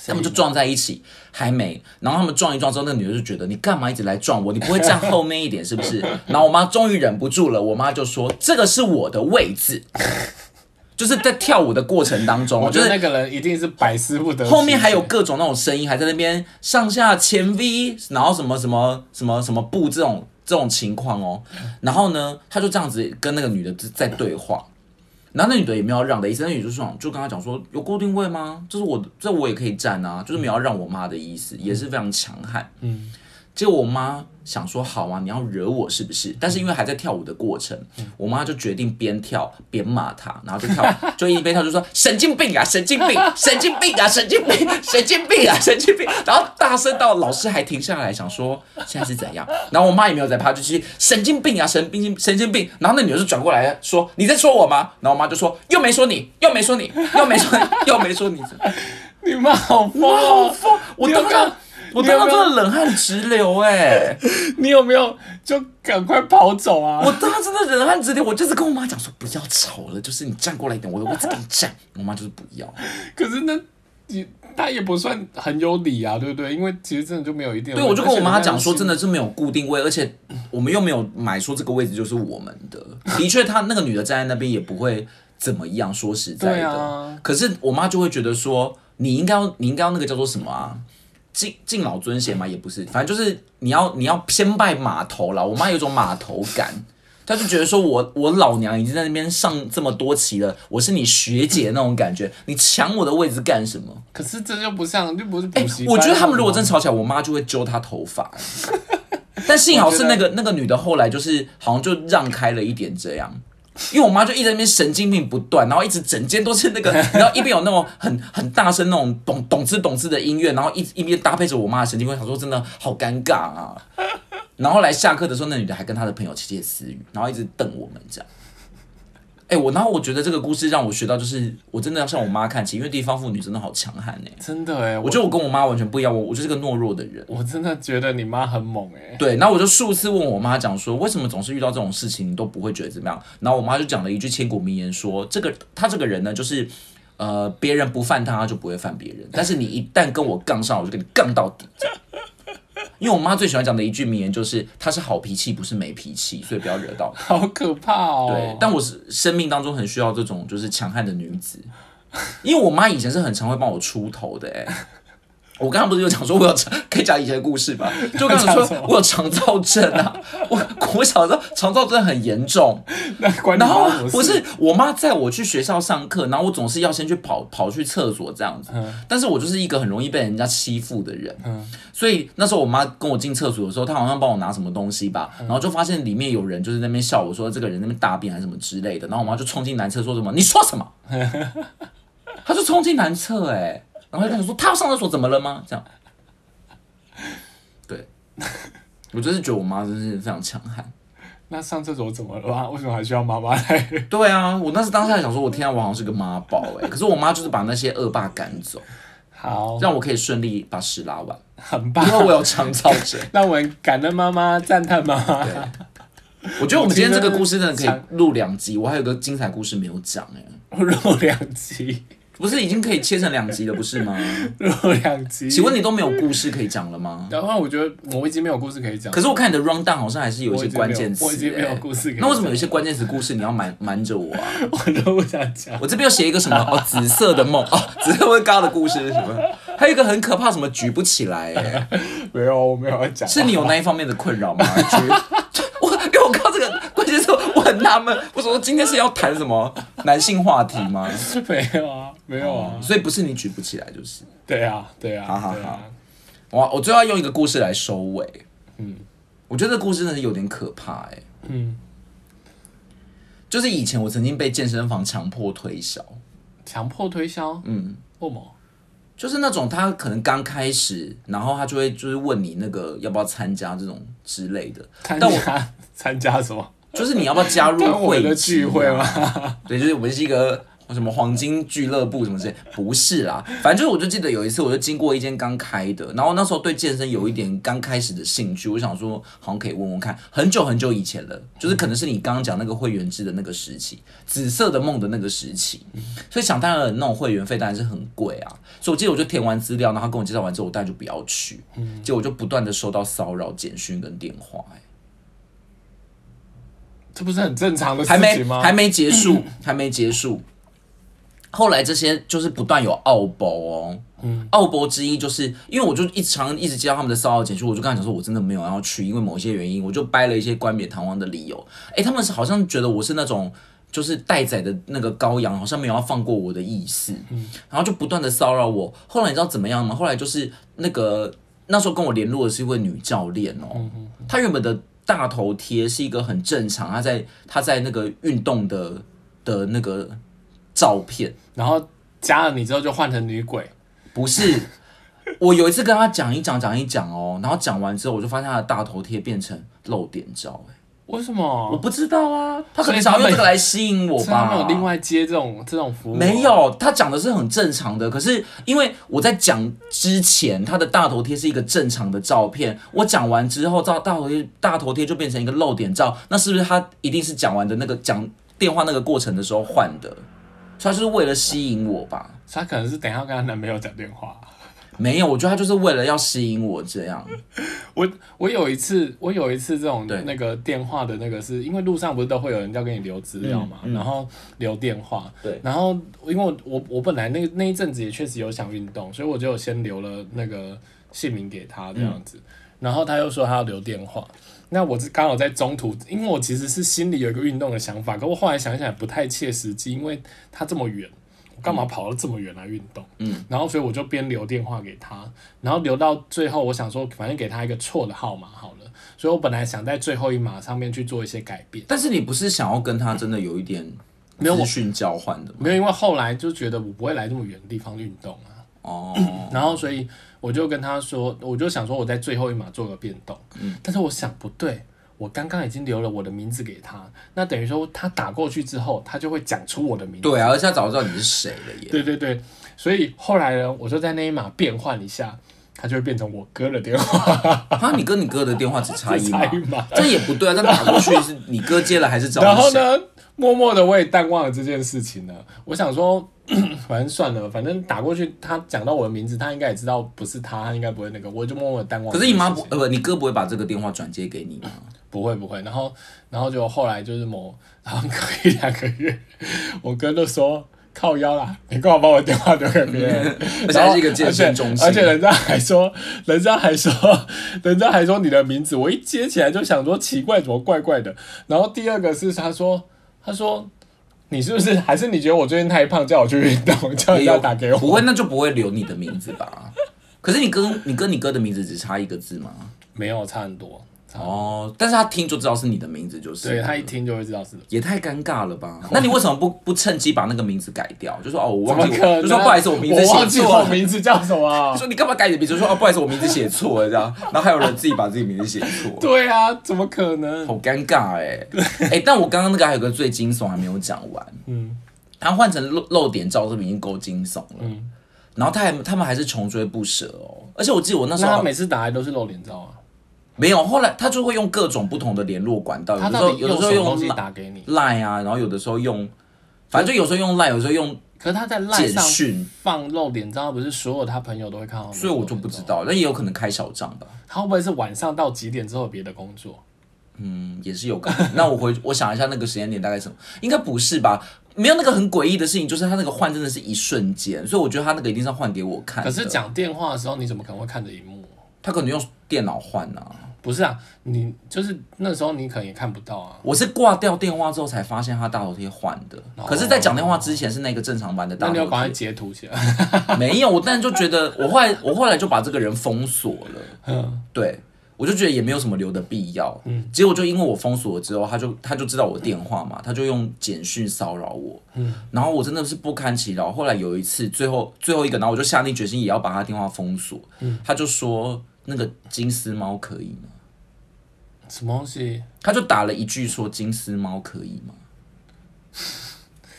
[SPEAKER 2] 他们就撞在一起，还没。然后他们撞一撞之后，那个女的就觉得你干嘛一直来撞我？你不会站后面一点是不是？然后我妈终于忍不住了，我妈就说：“这个是我的位置。” 就是在跳舞的过程当中，
[SPEAKER 1] 我觉
[SPEAKER 2] 就
[SPEAKER 1] 得那
[SPEAKER 2] 是
[SPEAKER 1] 个人一定是百思不得其解。
[SPEAKER 2] 后面还有各种那种声音，还在那边上下前 V，然后什么什么什么什么步这种这种情况哦。然后呢，他就这样子跟那个女的在对话。然后那女的也没有让的意思，那女的就说就跟他讲说有固定位吗？就是我这我也可以站啊，就是没有要让我妈的意思，也是非常强悍。
[SPEAKER 1] 嗯，
[SPEAKER 2] 结果我妈想说好啊，你要惹我是不是？但是因为还在跳舞的过程，我妈就决定边跳边骂她，然 后就跳就一边跳就说神经病啊，神经病，神经病啊，神经病，神经 病啊，神经病，然后大声到老师还停下来想说现在是怎样，然后我妈也没有在怕，就去神经病啊，神经神经病，然后那女的就转过来说你在说我吗？然后我妈就说又没说你，又没说你，又没说你，又没说你，
[SPEAKER 1] 你妈好疯
[SPEAKER 2] 哇，好
[SPEAKER 1] 哦！
[SPEAKER 2] 疯，我
[SPEAKER 1] 你有
[SPEAKER 2] 当
[SPEAKER 1] 没有
[SPEAKER 2] 场我当场真的冷汗直流哎、
[SPEAKER 1] 你有没有就赶快跑走啊？
[SPEAKER 2] 我当时真的忍汗直流，我就是跟我妈讲说不要吵了，就是你站过来一点，我的位置给你站。我妈就是不要，
[SPEAKER 1] 可是那也他也不算很有理啊，对不对？因为其实真的就没有一定的
[SPEAKER 2] 对
[SPEAKER 1] 位
[SPEAKER 2] 我
[SPEAKER 1] 置
[SPEAKER 2] 就跟我妈讲
[SPEAKER 1] 而
[SPEAKER 2] 说，
[SPEAKER 1] 且
[SPEAKER 2] 真
[SPEAKER 1] 人家
[SPEAKER 2] 的是没有固定位，而且我们又没有买说这个位置就是我们的。的确，她那个女的站在那边也不会怎么样。说实在
[SPEAKER 1] 对
[SPEAKER 2] 的，
[SPEAKER 1] 啊，
[SPEAKER 2] 可是我妈就会觉得说，你应该要，你应该要那个叫做什么啊？敬敬老尊贤嘛，也不是，反正就是你要你要先拜码头啦。我妈有一种码头感，她就觉得说我我老娘已经在那边上这么多期了，我是你学姐那种感觉，你抢我的位置干什么？
[SPEAKER 1] 可是这就不像，就不是补习班那种啊、
[SPEAKER 2] 哎我觉得他们如果真吵起来，我妈就会揪她头发。 但幸好是那个那个女的后来就是好像就让开了一点这样。因为我妈就一直在那边神经病不断，然后一直整间都是那个，然后一边有那种很很大声那种咚咚吱咚吱的音乐，然后一一边搭配着我妈的神经病，想说真的好尴尬啊。然后来下课的时候，那女的还跟她的朋友窃窃私语，然后一直瞪我们这样。哎、我然后我觉得这个故事让我学到，就是我真的要向我妈看齐，因为地方妇女真的好强悍哎、
[SPEAKER 1] 真的哎、
[SPEAKER 2] 我
[SPEAKER 1] 我
[SPEAKER 2] 觉得我跟我妈完全不一样，我我就是个懦弱的人。
[SPEAKER 1] 我真的觉得你妈很猛哎、
[SPEAKER 2] 对，然后我就数次问我妈讲说，为什么总是遇到这种事情你都不会觉得怎么样？然后我妈就讲了一句千古名言说，这个她这个人呢，就是呃，别人不犯她，她就不会犯别人，但是你一旦跟我杠上，我就跟你杠到底。这样因为我妈最喜欢讲的一句名言就是，她是好脾气，不是没脾气，所以不要惹到她。
[SPEAKER 1] 好可怕哦。
[SPEAKER 2] 对，但我是生命当中很需要这种就是强悍的女子，因为我妈以前是很常会帮我出头的哎、我刚刚不是有讲说我有常可以讲以前的故事吧？就刚刚
[SPEAKER 1] 讲
[SPEAKER 2] 有
[SPEAKER 1] 什
[SPEAKER 2] 说
[SPEAKER 1] 么
[SPEAKER 2] 我有肠燥症啊，我我小时候肠燥症很严重，
[SPEAKER 1] 那关你
[SPEAKER 2] 然后
[SPEAKER 1] 妈什么
[SPEAKER 2] 不
[SPEAKER 1] 事？
[SPEAKER 2] 是我妈载我去学校上课，然后我总是要先去跑跑去厕所这样子，
[SPEAKER 1] 嗯
[SPEAKER 2] 但是我就是一个很容易被人家欺负的人，所以那时候我妈跟我进厕所的时候，她好像帮我拿什么东西吧，
[SPEAKER 1] 嗯
[SPEAKER 2] 然后就发现里面有人就是在那边笑我说这个人在那边大便还是什么之类的，然后我妈就冲进男厕说什么你说 什么，她就冲进男厕哎、然后她就说她要上厕所怎么了吗？这样， 对，我就是觉得我妈真是非常强悍。
[SPEAKER 1] 那上厕所怎么了吗？为什么还需要妈妈来？
[SPEAKER 2] 对啊，我那时当下想说，我天啊，我好像是个妈宝哎、可是我妈就是把那些恶霸赶走，
[SPEAKER 1] 好，
[SPEAKER 2] 让我可以顺利把屎拉完，
[SPEAKER 1] 很
[SPEAKER 2] 因
[SPEAKER 1] 棒，
[SPEAKER 2] 为我有肠燥 症。
[SPEAKER 1] 让我们感恩妈妈，赞叹妈妈。
[SPEAKER 2] 我觉得我们今天这个故事真的可以录两集，我还有个精彩故事没有讲哎、
[SPEAKER 1] 录两集，
[SPEAKER 2] 不是已经可以切成两集了不 是吗？
[SPEAKER 1] 录两集。
[SPEAKER 2] 请问你都没有故事可以讲了吗？
[SPEAKER 1] 然后我觉得我已经没有故事可以讲，
[SPEAKER 2] 可是我看你的 round down 好像还是有一
[SPEAKER 1] 我
[SPEAKER 2] 些
[SPEAKER 1] 已经没
[SPEAKER 2] 关键词、
[SPEAKER 1] 我已经没有
[SPEAKER 2] 哎
[SPEAKER 1] 故事可以讲。
[SPEAKER 2] 那为什么有一些关键词故事你要瞒瞒着我啊？
[SPEAKER 1] 我都不想讲？
[SPEAKER 2] 我这边又写一个什么 哦，紫色的梦哦，紫色会高的故事是什么？还有一个很可怕什么举不起来哎、
[SPEAKER 1] 没有，我没有要讲。
[SPEAKER 2] 是你有那一方面的困 扰吗？就我因为我靠这个，关键是我很纳闷，我说今天是要谈什么男性话题吗？
[SPEAKER 1] 没有啊，没有啊。
[SPEAKER 2] 所以不是你举不起来就是。
[SPEAKER 1] 对啊，对啊，
[SPEAKER 2] 哦好好
[SPEAKER 1] 对啊。
[SPEAKER 2] 我我最后要用一个故事来收尾。
[SPEAKER 1] 嗯
[SPEAKER 2] 我觉得这故事真的是有点可怕哎、
[SPEAKER 1] 嗯，
[SPEAKER 2] 就是以前我曾经被健身房强迫推销，
[SPEAKER 1] 强迫推销，
[SPEAKER 2] 嗯，
[SPEAKER 1] 为什么？
[SPEAKER 2] 就是那种他可能刚开始，然后他就会就是问你那个要不要参加这种之类的，
[SPEAKER 1] 参
[SPEAKER 2] 但我
[SPEAKER 1] 加 参加什么？
[SPEAKER 2] 就是你要不要加入
[SPEAKER 1] 跟我
[SPEAKER 2] 会
[SPEAKER 1] 们的
[SPEAKER 2] 籍
[SPEAKER 1] 聚会
[SPEAKER 2] 啊
[SPEAKER 1] 吗？
[SPEAKER 2] 对，就是我们是一个什么黄金俱乐部什么之类，不是啦，反正就是我就记得有一次，我就经过一间刚开的，然后那时候对健身有一点刚开始的兴趣，我想说好像可以问问看，很久很久以前了，就是可能是你刚刚讲那个会员制的那个时期，紫色的梦的那个时期，所以想当然那种会员费当然是很贵啊，所以我记得我就填完资料，然后他跟我介绍完之后，我当然就不要去，
[SPEAKER 1] 嗯
[SPEAKER 2] 结果我就不断的收到骚扰简讯跟电话、欸
[SPEAKER 1] 这不是很正常的事
[SPEAKER 2] 还没
[SPEAKER 1] 情吗？
[SPEAKER 2] 还没结束，还没结束。后来这些就是不断有奥博哦，嗯，奥博之一就是因为我就一直常一直接到他们的骚扰简讯，我就跟他讲说，我真的没有要去，因为某些原因，我就掰了一些冠冕堂皇的理由。哎、他们是好像觉得我是那种就是待宰的那个羔羊，好像没有要放过我的意思，然后就不断的骚扰我。后来你知道怎么样吗？后来就是那个那时候跟我联络的是一位女教练哦，她原本的大头贴是一个很正常，她在她在那个运动的的那个照片，
[SPEAKER 1] 然后加了你之后就换成女鬼，
[SPEAKER 2] 不是。我有一次跟她讲一讲讲一讲哦，然后讲完之后，我就发现她的大头贴变成露点照、哎
[SPEAKER 1] 为什
[SPEAKER 2] 我
[SPEAKER 1] 么？
[SPEAKER 2] 不知道啊，她可
[SPEAKER 1] 所以
[SPEAKER 2] 能想要
[SPEAKER 1] 他们
[SPEAKER 2] 用这个来吸引我
[SPEAKER 1] 是他
[SPEAKER 2] 吧。
[SPEAKER 1] 们有另外接这种这种服务？
[SPEAKER 2] 没，有，他讲的是很正常的。可是因为我在讲之前，他的大头贴是一个正常的照片，我讲完之后，照大头贴大头贴就变成一个露点照，那是不是他一定是讲完的那个讲电话那个过程的时候换的？所以他就是为了吸引我吧？
[SPEAKER 1] 所以她可能是等一下要跟她男朋友讲电话。
[SPEAKER 2] 没有，我觉得他就是为了要吸引我这样。
[SPEAKER 1] 我我有一次，我有一次这种
[SPEAKER 2] 对
[SPEAKER 1] 那个电话的那个是，因为路上不是都会有人要给你留资料嘛，
[SPEAKER 2] 嗯嗯
[SPEAKER 1] 然后留电话，
[SPEAKER 2] 对
[SPEAKER 1] 然后因为我我我本来那个那一阵子也确实有想运动，所以我就先留了那个姓名给他这样子，
[SPEAKER 2] 嗯
[SPEAKER 1] 然后他又说他要留电话。那我是刚好在中途，因为我其实是心里有一个运动的想法，可我后来想一想也不太切实际，因为他这么远，我干嘛跑到这么远来运动？
[SPEAKER 2] 嗯，
[SPEAKER 1] 然后所以我就边留电话给他，然后留到最后，我想说反正给他一个错的号码好了，所以我本来想在最后一码上面去做一些改变，
[SPEAKER 2] 但是你不是想要跟他真的有一点
[SPEAKER 1] 没有我
[SPEAKER 2] 资讯交换的吗？
[SPEAKER 1] 没有因为后来就觉得我不会来这么远的地方运动啊，
[SPEAKER 2] 哦，
[SPEAKER 1] 然后所以我就跟他说，我就想说我在最后一码做个变动，但是我想不对，我刚刚已经留了我的名字给他，那等于说他打过去之后，他就会讲出我的名字，
[SPEAKER 2] 对啊，而且他早就知道你是谁了 耶。
[SPEAKER 1] 对对对，所以后来呢，我就在那一码变换一下，他就会变成我哥的电话，
[SPEAKER 2] 啊，你跟你哥的电话只差一码
[SPEAKER 1] 差一码，
[SPEAKER 2] 这也不对啊。这打过去是你哥接了还是找
[SPEAKER 1] 然
[SPEAKER 2] 你
[SPEAKER 1] 后
[SPEAKER 2] 谁？
[SPEAKER 1] 呢，默默的我也淡忘了这件事情了。我想说， 反正算了，反正打过去，他讲到我的名字，他应该也知道不是他，他应该不会那个，我就默默的淡忘
[SPEAKER 2] 可
[SPEAKER 1] 这
[SPEAKER 2] 是
[SPEAKER 1] 件
[SPEAKER 2] 你
[SPEAKER 1] 事情。
[SPEAKER 2] 妈不呃不，你哥不会把这个电话转接给 你吗？
[SPEAKER 1] 不会不会，然后然后就后来就是某，然后隔一两个月，我哥就说。靠腰啦！你干嘛把我电话留给别人？
[SPEAKER 2] 而且
[SPEAKER 1] 然
[SPEAKER 2] 还
[SPEAKER 1] 后
[SPEAKER 2] 是一个健身中心
[SPEAKER 1] 而且而且人家还说，人家还说， 人家还说你的名字，我一接起来就想说奇怪，怎么怪怪的。然后第二个是他说，他说你是不是还是你觉得我最近太胖，叫我去运动， 叫人
[SPEAKER 2] 也
[SPEAKER 1] 家
[SPEAKER 2] 有
[SPEAKER 1] 打给我？
[SPEAKER 2] 不会，那就不会留你的名字吧？可是你跟你跟你哥的名字只差一个字吗？
[SPEAKER 1] 没有差很多，差很多
[SPEAKER 2] 哦，但是他听就知道是你的名字，就是
[SPEAKER 1] 对他一哦听就会知道是
[SPEAKER 2] 也太尴尬了吧？那你为什么不不趁机把那个名字改掉？就说哦，我
[SPEAKER 1] 怎
[SPEAKER 2] 忘
[SPEAKER 1] 么
[SPEAKER 2] 记
[SPEAKER 1] 可
[SPEAKER 2] 我，
[SPEAKER 1] 能？
[SPEAKER 2] 就说不好意思，我名字
[SPEAKER 1] 我
[SPEAKER 2] 写
[SPEAKER 1] 忘记
[SPEAKER 2] 错
[SPEAKER 1] 我
[SPEAKER 2] 了。
[SPEAKER 1] 名字叫什么啊
[SPEAKER 2] 就？说你干嘛改你的名字？说哦，不好意思，我名字写错了这样。然后还有人自己把自己名字写错，
[SPEAKER 1] 对啊，怎么可能？
[SPEAKER 2] 好尴尬哎、哎、但我刚刚那个还有个最惊悚还没有讲完，
[SPEAKER 1] 嗯
[SPEAKER 2] 他换成露露点照这边已经够惊悚了，
[SPEAKER 1] 嗯，
[SPEAKER 2] 然后他还他们还是穷追不舍哦。而且我记得我那时
[SPEAKER 1] 那他
[SPEAKER 2] 候
[SPEAKER 1] 每次打来都是露脸照啊？
[SPEAKER 2] 没有，后来他就会用各种不同的联络管道，有
[SPEAKER 1] 他
[SPEAKER 2] 的时
[SPEAKER 1] 到
[SPEAKER 2] 候
[SPEAKER 1] 底
[SPEAKER 2] 呃有的时
[SPEAKER 1] 什
[SPEAKER 2] 候
[SPEAKER 1] 么东
[SPEAKER 2] 用
[SPEAKER 1] 西
[SPEAKER 2] Li-
[SPEAKER 1] 打给你？
[SPEAKER 2] Line 啊，然后有的时候用，反正就有时候用 Line，有时候用，
[SPEAKER 1] 可是他在赖上
[SPEAKER 2] 简讯
[SPEAKER 1] 放露脸照，不是所有他朋友都会看到，
[SPEAKER 2] 所以我就不知。道。那也有可能开小账吧，
[SPEAKER 1] 他会不会是晚上到几点之后有别的工作？
[SPEAKER 2] 嗯，也是有可能。 那我回我想一下那个时间点大概什么，应该不是吧？没有那个很诡异的事情，就是他那个换真的是一瞬间，所以我觉得他那个一定是要换给我看的。
[SPEAKER 1] 可是讲电话的时候，你怎么可能会看着荧幕？
[SPEAKER 2] 他可能用电脑换啊，
[SPEAKER 1] 不是啊，你就是那时候你可能也看不到啊。
[SPEAKER 2] 我是挂掉电话之后才发现他大头贴换的。可是，在讲电话之前是那个正常版的大
[SPEAKER 1] 哦那你
[SPEAKER 2] 头贴。
[SPEAKER 1] 要赶快截图起来。
[SPEAKER 2] 没有，我但就觉得我后来我后来就把这个人封锁了，
[SPEAKER 1] 嗯
[SPEAKER 2] 对我就觉得也没有什么留的必要。嗯，结果就因为我封锁了之后，他就他就知道我电话嘛，他就用简讯骚扰我。嗯，然后我真的是不堪其扰。后来有一次，最后最后一个，然后我就下定决心也要把他电话封锁。嗯，他就说那个金丝猫可以吗？
[SPEAKER 1] 什么东西？
[SPEAKER 2] 他就打了一句说金丝猫可以吗？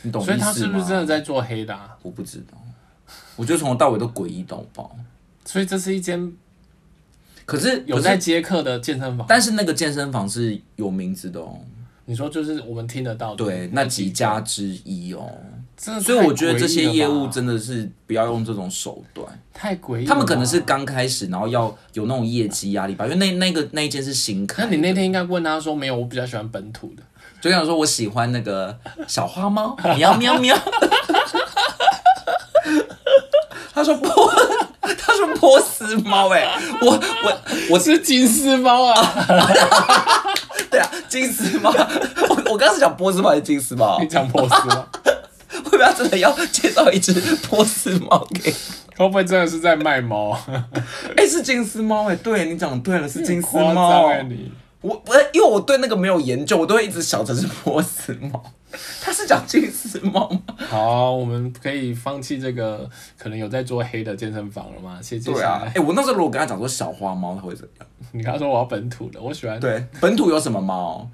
[SPEAKER 2] 你懂意思
[SPEAKER 1] 所
[SPEAKER 2] 吗？
[SPEAKER 1] 以他是不是真的在做黑的、啊？
[SPEAKER 2] 我不知道，我觉得从头到尾都诡异到爆。
[SPEAKER 1] 所以这是一间
[SPEAKER 2] 可是
[SPEAKER 1] 有
[SPEAKER 2] 可是
[SPEAKER 1] 在接客的健身房。
[SPEAKER 2] 但是那个健身房是有名字的哦，
[SPEAKER 1] 你说就是我们听得到的，
[SPEAKER 2] 对，那几家之一哦，
[SPEAKER 1] 真的太
[SPEAKER 2] 所以我觉得这
[SPEAKER 1] 诡异
[SPEAKER 2] 些
[SPEAKER 1] 了
[SPEAKER 2] 业
[SPEAKER 1] 吧
[SPEAKER 2] 务真的是不要用这种手段，
[SPEAKER 1] 太诡异了吧。
[SPEAKER 2] 他们可能是刚开始，然后要有那种业绩压力吧，因为那那个那一间是新开
[SPEAKER 1] 那，你那天应该问他说没有，我比较喜欢本土的。
[SPEAKER 2] 就想说我喜欢那个小 花猫，喵喵喵，他说波，他说波斯猫哎、我我我
[SPEAKER 1] 我是金丝猫啊，
[SPEAKER 2] 对啊，金丝猫，我我刚是讲波斯猫还是金丝猫
[SPEAKER 1] 你？讲波斯猫，
[SPEAKER 2] 会不会他真的要介绍一只波斯猫给你？
[SPEAKER 1] 会不会真的是在卖猫？
[SPEAKER 2] 哎、是金丝猫哎，对你讲对了，是金丝
[SPEAKER 1] 夸
[SPEAKER 2] 猫
[SPEAKER 1] 张。哎你，
[SPEAKER 2] 我我因为我对那个没有研究，我都会一直想着是波斯 猫。他是讲金丝猫吗？
[SPEAKER 1] 好，我们可以放弃这个可能有在做黑的健身房了吗？谢谢。
[SPEAKER 2] 对啊，哎、我那时候如果跟他讲说小花猫，他会怎样？
[SPEAKER 1] 你刚刚说我要本土的，我喜欢，
[SPEAKER 2] 对，本土有什么猫？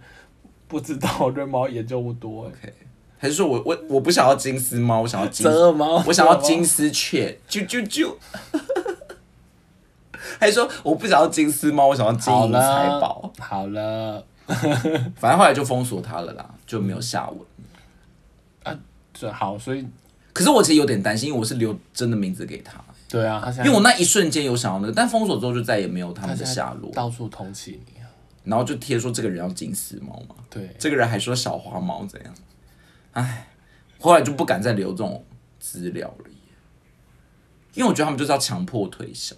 [SPEAKER 1] 不知道，我对猫研究不多 哎。
[SPEAKER 2] 还是说我我我不想要金丝猫，我想要金，
[SPEAKER 1] 折耳猫
[SPEAKER 2] 我想要金丝雀，啾啾 啾。还是说我不想要金丝猫，我想要 金
[SPEAKER 1] 好
[SPEAKER 2] 银财
[SPEAKER 1] 了
[SPEAKER 2] 宝。，
[SPEAKER 1] 好了，
[SPEAKER 2] 反正后来就封锁他了啦，就没有下文。
[SPEAKER 1] 啊，这好，所以
[SPEAKER 2] 可是我其实有点担心，因为我是留真的名字给他，
[SPEAKER 1] 对啊，他现在
[SPEAKER 2] 因为我那一瞬间有想到那个，但封锁之后就再也没有他们的下落，
[SPEAKER 1] 到处通缉你啊，
[SPEAKER 2] 然后就贴说这个人要金丝猫嘛，
[SPEAKER 1] 对，
[SPEAKER 2] 这个人还说小花猫怎样，唉，后来就不敢再留这种资料了耶，因为我觉得他们就是要强迫推销，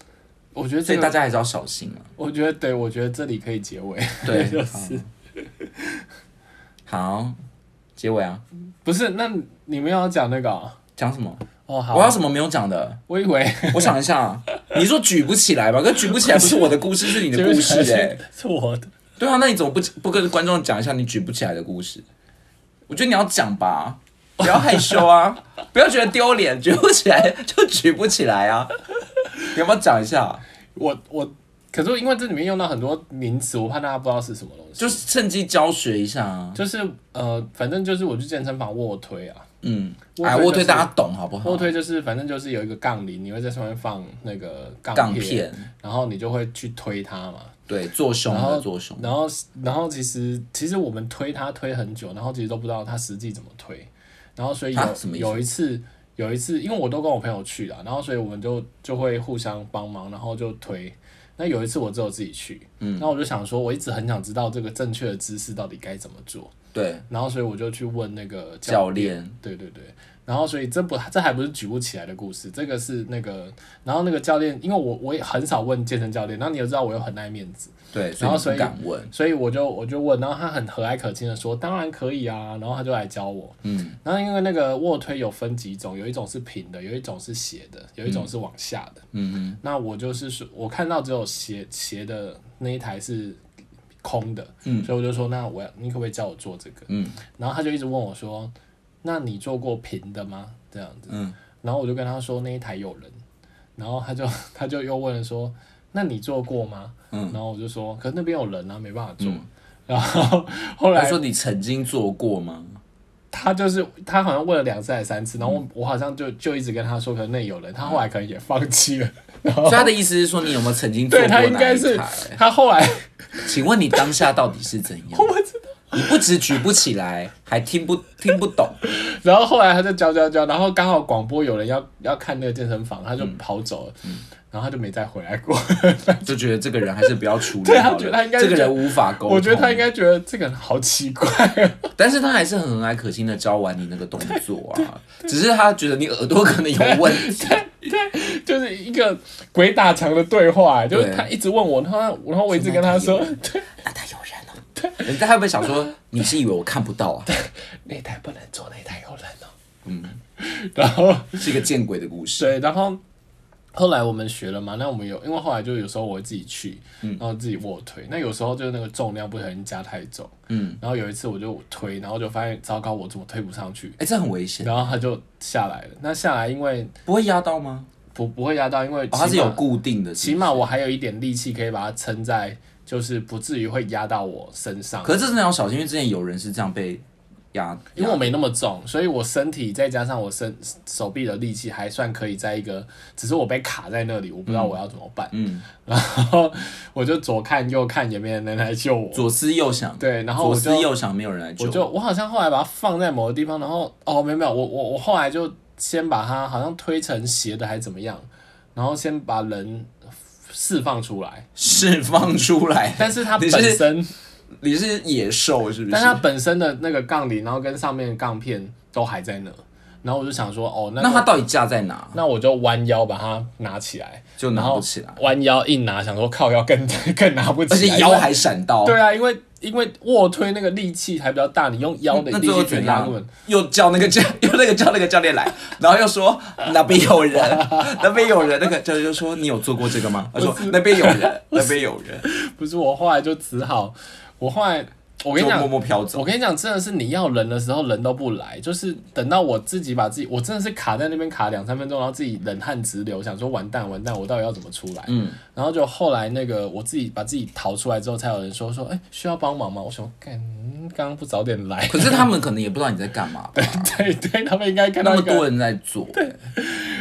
[SPEAKER 1] 我觉得
[SPEAKER 2] 所
[SPEAKER 1] 这
[SPEAKER 2] 以大
[SPEAKER 1] 个，
[SPEAKER 2] 家还是要小心 啊。
[SPEAKER 1] 我觉得对，我觉得这里可以结尾，
[SPEAKER 2] 对，
[SPEAKER 1] 就是
[SPEAKER 2] 好，好结尾啊，
[SPEAKER 1] 不是？那你们要讲那个哦
[SPEAKER 2] 讲什么？
[SPEAKER 1] 哦，好
[SPEAKER 2] 我，要什么没有讲的？
[SPEAKER 1] 我以为
[SPEAKER 2] 我想一下啊，你说举不起来吧？可举不起来不是我的故事，是你 的故事哎、
[SPEAKER 1] 是我的，
[SPEAKER 2] 对啊，那你怎么不不跟观众讲一下你举不起来的故事？我觉得你要讲吧，不要害羞啊，不要觉得丢脸，举不起来就举不起来啊。你要不要讲一下？
[SPEAKER 1] 我我，可是因为这里面用到很多名词，我怕大家不知道是什么东西，
[SPEAKER 2] 就是趁机教学一下啊。
[SPEAKER 1] 就是呃，反正就是我去健身房卧推啊，
[SPEAKER 2] 嗯，
[SPEAKER 1] 卧推
[SPEAKER 2] 哎，
[SPEAKER 1] 就是
[SPEAKER 2] 卧推大家懂好不好？
[SPEAKER 1] 卧推就是反正就是有一个杠铃，你会在上面放那个
[SPEAKER 2] 杠
[SPEAKER 1] 杠片，
[SPEAKER 2] 片，
[SPEAKER 1] 然后你就会去推它嘛。
[SPEAKER 2] 对，做胸
[SPEAKER 1] 然后
[SPEAKER 2] 的做胸，
[SPEAKER 1] 然后，然后其实其实我们推它推很久，然后其实都不知道它实际怎么推。然后所以
[SPEAKER 2] 啊
[SPEAKER 1] 有
[SPEAKER 2] 什么意思
[SPEAKER 1] 有一次有一次，因为我都跟我朋友去了，然后所以我们就就会互相帮忙，然后就推。那有一次我只有自己去，嗯，那我就想说，我一直很想知道这个正确的姿势到底该怎么做，
[SPEAKER 2] 对，
[SPEAKER 1] 然后所以我就去问那个教
[SPEAKER 2] 教练，
[SPEAKER 1] 对对对，然后所以这不这还不是举不起来的故事，这个是那个，然后那个教练，因为我我也很少问健身教练，然后你也知道我又很爱面子，
[SPEAKER 2] 对，所
[SPEAKER 1] 然后
[SPEAKER 2] 以你
[SPEAKER 1] 所以
[SPEAKER 2] 不敢问，
[SPEAKER 1] 所以我就我就问，然后他很和蔼可亲的说，当然可以啊，然后他就来教我，
[SPEAKER 2] 嗯，
[SPEAKER 1] 然后因为那个卧推有分几种，有一种是平的，有一种是斜的，有一种是往下的，
[SPEAKER 2] 嗯嗯
[SPEAKER 1] 那我就是说我看到只有斜斜的那一台是空的，
[SPEAKER 2] 嗯
[SPEAKER 1] 所以我就说那我要你可不可以教我做这个？
[SPEAKER 2] 嗯
[SPEAKER 1] 然后他就一直问我说，那你做过平的吗？这样子。
[SPEAKER 2] 嗯，
[SPEAKER 1] 然后我就跟他说那一台有人，然后他就 他就又问了说，那你做过吗？
[SPEAKER 2] 嗯
[SPEAKER 1] 然后我就说，可是那边有人啊，没办法做。然后后
[SPEAKER 2] 他
[SPEAKER 1] 来
[SPEAKER 2] 说你曾经做过吗？
[SPEAKER 1] 他就是他好像问了两次还是三次，然后
[SPEAKER 2] 嗯
[SPEAKER 1] 我我好像就就一直跟他说，可能那有人，他后来可能也放弃 了。然
[SPEAKER 2] 所
[SPEAKER 1] 后
[SPEAKER 2] 以他的意思是说你有没有曾经做
[SPEAKER 1] 哦对
[SPEAKER 2] 过哪
[SPEAKER 1] 他
[SPEAKER 2] 一
[SPEAKER 1] 应该是
[SPEAKER 2] 台
[SPEAKER 1] 他后来 ？
[SPEAKER 2] 请问你当下到底是怎样
[SPEAKER 1] 我不知道，
[SPEAKER 2] 你不只举不起来，还听不听不懂，
[SPEAKER 1] 然后后来他就教教教，然后刚好广播有人要要看那个健身房，他
[SPEAKER 2] 嗯
[SPEAKER 1] 就跑走了，然后他就没再回来过。
[SPEAKER 2] 就觉得这个人还是不要处理
[SPEAKER 1] 对他
[SPEAKER 2] 好了
[SPEAKER 1] 觉得他应该
[SPEAKER 2] 这个
[SPEAKER 1] 觉得
[SPEAKER 2] 人无法沟通，
[SPEAKER 1] 我觉得他应，该觉得这个人好奇怪、
[SPEAKER 2] 但是他还是很和蔼可亲的教完你那个动作啊，只是他觉得你耳朵可能有问题，
[SPEAKER 1] 就是一个鬼打墙的对话、就是
[SPEAKER 2] 对
[SPEAKER 1] 他一直问我，他然后我一直跟他说，对，
[SPEAKER 2] 那他有人哦，人家会不会想说你是以为我看不到啊？
[SPEAKER 1] 那一台不能做，那一台有人哦、
[SPEAKER 2] 嗯，
[SPEAKER 1] 然后
[SPEAKER 2] 是一个见鬼的故事，
[SPEAKER 1] 对，然后后来我们学了嘛，那我们有，因为后来就有时候我会自己去，
[SPEAKER 2] 嗯
[SPEAKER 1] 然后自己卧推，那有时候就是那个重量不小心加太重，
[SPEAKER 2] 嗯，
[SPEAKER 1] 然后有一次我就推，然后就发现糟糕，我怎么推不上去，
[SPEAKER 2] 哎，这很危险，
[SPEAKER 1] 然后他就下来了。那下来因为
[SPEAKER 2] 不会压到吗？
[SPEAKER 1] 不不会压到，因为
[SPEAKER 2] 哦，它是
[SPEAKER 1] 起码
[SPEAKER 2] 有固定的，
[SPEAKER 1] 起码我还有一点力气可以把它撑在，就是不至于会压到我身上。
[SPEAKER 2] 可是这真的要小心，因为之前有人是这样被压，
[SPEAKER 1] 因为我没那么重，所以我身体再加上我身手臂的力气还算可以，在一个只是我被卡在那里，我不知道我要怎么办。
[SPEAKER 2] 嗯，
[SPEAKER 1] 然后我就左看右看，也没人能来救我。
[SPEAKER 2] 左思右想，
[SPEAKER 1] 对，然后
[SPEAKER 2] 左
[SPEAKER 1] 我
[SPEAKER 2] 思
[SPEAKER 1] 就
[SPEAKER 2] 右想，没有人来救，
[SPEAKER 1] 我就我好像后来把它放在某个地方，然后哦没有没有，我我我后来就先把它好像推成斜的还是怎么样，然后先把人释放出来，
[SPEAKER 2] 释放出来。
[SPEAKER 1] 但是它
[SPEAKER 2] 你
[SPEAKER 1] 本
[SPEAKER 2] 是
[SPEAKER 1] 身。
[SPEAKER 2] 你是野兽是不
[SPEAKER 1] 但
[SPEAKER 2] 是？
[SPEAKER 1] 它本身的那个杠铃，然后跟上面的杠片都还在那，然后我就想说，哦，那
[SPEAKER 2] 那
[SPEAKER 1] 那
[SPEAKER 2] 它到底架在哪？
[SPEAKER 1] 那我就弯腰把它拿起来，
[SPEAKER 2] 就
[SPEAKER 1] 然
[SPEAKER 2] 拿
[SPEAKER 1] 后
[SPEAKER 2] 不起来，
[SPEAKER 1] 弯腰一拿，想说靠腰更 更拿不
[SPEAKER 2] 而
[SPEAKER 1] 起
[SPEAKER 2] 且
[SPEAKER 1] 来，
[SPEAKER 2] 腰
[SPEAKER 1] 因为
[SPEAKER 2] 还闪到。
[SPEAKER 1] 对啊，因为因为卧推那个力气还比较大，你用腰的
[SPEAKER 2] 那
[SPEAKER 1] 力
[SPEAKER 2] 最
[SPEAKER 1] 气
[SPEAKER 2] 后
[SPEAKER 1] 去
[SPEAKER 2] 怎
[SPEAKER 1] 拉
[SPEAKER 2] 样
[SPEAKER 1] 根本。？
[SPEAKER 2] 又叫那个教， 又那个叫那个教练来，然后又说那边有人， 那边有人。那个教练就说你有做过这个吗？他说那边有人，那边有人，
[SPEAKER 1] 不是我后来就只好，我后来我跟你
[SPEAKER 2] 就
[SPEAKER 1] 讲
[SPEAKER 2] 默，默飘走
[SPEAKER 1] 我。跟你讲，真的是你要人的时候人都不来，就是等到我自己把自己，我真的是卡在那边卡两三分钟，然后自己冷汗直流，想说完蛋完蛋，我到底要怎么出来？
[SPEAKER 2] 嗯，
[SPEAKER 1] 然后就后来那个我自己把自己逃出来之后，才有人说说，哎、需要帮忙吗？我想说，干，嗯刚刚不早点来，
[SPEAKER 2] 可是他们可能也不知道你在干嘛，
[SPEAKER 1] 对对，他们应该看
[SPEAKER 2] 那
[SPEAKER 1] 到
[SPEAKER 2] 么
[SPEAKER 1] 一个
[SPEAKER 2] 多人在做，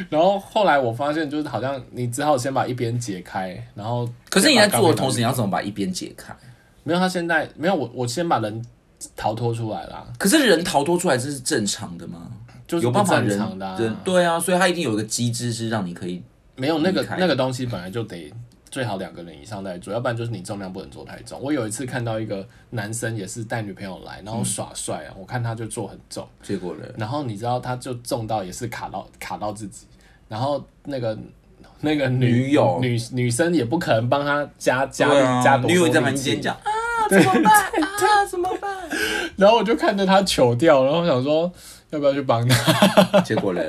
[SPEAKER 1] 然后后来我发现，就是好像你只好先把一边解开，然后
[SPEAKER 2] 可是你在做的同
[SPEAKER 1] 时，
[SPEAKER 2] 时，你要怎么把一边解开？
[SPEAKER 1] 没有他现在没有我，我先把人逃脱出来啦，
[SPEAKER 2] 可是人逃脱出来这是正常的吗？
[SPEAKER 1] 就是
[SPEAKER 2] 有
[SPEAKER 1] 不
[SPEAKER 2] 办法
[SPEAKER 1] 正
[SPEAKER 2] 人
[SPEAKER 1] 常的、啊，
[SPEAKER 2] 人对啊，所以他一定有一个机制是让你可以
[SPEAKER 1] 没有那个
[SPEAKER 2] 离开
[SPEAKER 1] 那个东西本来就得最好两个人以上在做，要不然就是你重量不能做太重。我有一次看到一个男生也是带女朋友来，然后耍帅啊，我看他就做很重，
[SPEAKER 2] 结果呢？
[SPEAKER 1] 然后你知道他就重到也是卡到卡到自己，然后那个。那个女
[SPEAKER 2] 女友
[SPEAKER 1] 女女生也不可能帮他加加力、
[SPEAKER 2] 对啊
[SPEAKER 1] 加多
[SPEAKER 2] 女友
[SPEAKER 1] 多
[SPEAKER 2] 在
[SPEAKER 1] 力
[SPEAKER 2] 旁
[SPEAKER 1] 气
[SPEAKER 2] 边讲啊，怎么办啊？怎么办？
[SPEAKER 1] 然后我就看着他糗掉，然后我想说要不要去帮他？
[SPEAKER 2] 结果呢？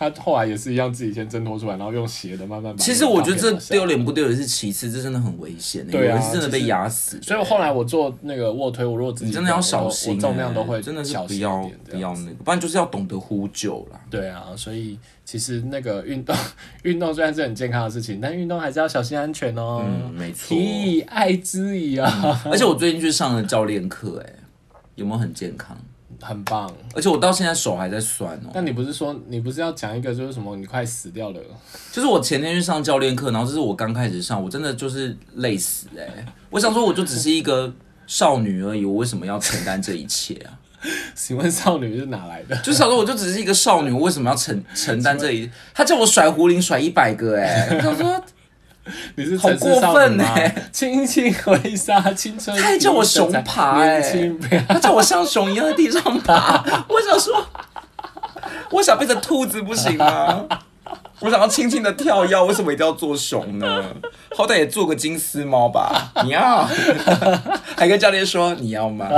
[SPEAKER 1] 他后来也是一样，自己先挣脱出来，然后用斜的慢慢把。
[SPEAKER 2] 其实我觉得这丢。脸不丢脸是其次，这真的很危险欸的、有
[SPEAKER 1] 对啊
[SPEAKER 2] 人是真的被压死的。
[SPEAKER 1] 所以我后来我做那个卧推，我如果自己
[SPEAKER 2] 你真的要小
[SPEAKER 1] 我
[SPEAKER 2] 心、欸
[SPEAKER 1] 我重量都会
[SPEAKER 2] 真的是
[SPEAKER 1] 小
[SPEAKER 2] 不
[SPEAKER 1] 心一
[SPEAKER 2] 要
[SPEAKER 1] 点这
[SPEAKER 2] 不
[SPEAKER 1] 样
[SPEAKER 2] 要那个，不然就是要懂得呼救啦。
[SPEAKER 1] 对啊，所以其实那个运动， 运动虽然是很健康的事情，但运动还是要小心安全哦。
[SPEAKER 2] 嗯，没错
[SPEAKER 1] 提。以爱之以啊，
[SPEAKER 2] 而且我最近去上了教练课，哎，有没有很健康？
[SPEAKER 1] 很棒。
[SPEAKER 2] 而且我到现在手还在酸哦、
[SPEAKER 1] 但你不是说你不是要讲一个就是什么你快死掉了？
[SPEAKER 2] 就是我前天去上教练课，然后这是我刚开始上，我真的就是累死哎、我想说，我就只是一个少女而已，我为什么要承担这一切啊？
[SPEAKER 1] 请问少女是哪来的？
[SPEAKER 2] 就想说，我就只是一个少女，我为什么要承承担这一？他叫我甩壶铃甩一百个哎、我想说，
[SPEAKER 1] 你是城市
[SPEAKER 2] 好
[SPEAKER 1] 少
[SPEAKER 2] 过分
[SPEAKER 1] 女吗
[SPEAKER 2] 欸？
[SPEAKER 1] 轻轻挥洒青春，
[SPEAKER 2] 他还叫我熊爬欸
[SPEAKER 1] 年轻不要
[SPEAKER 2] 他叫我像熊一样在地上 爬，我想说，我想变成兔子不行吗？我想要轻轻的跳跃，为什么一定要做熊呢？好歹也做个金丝猫吧。你 要，还跟教练说你要吗？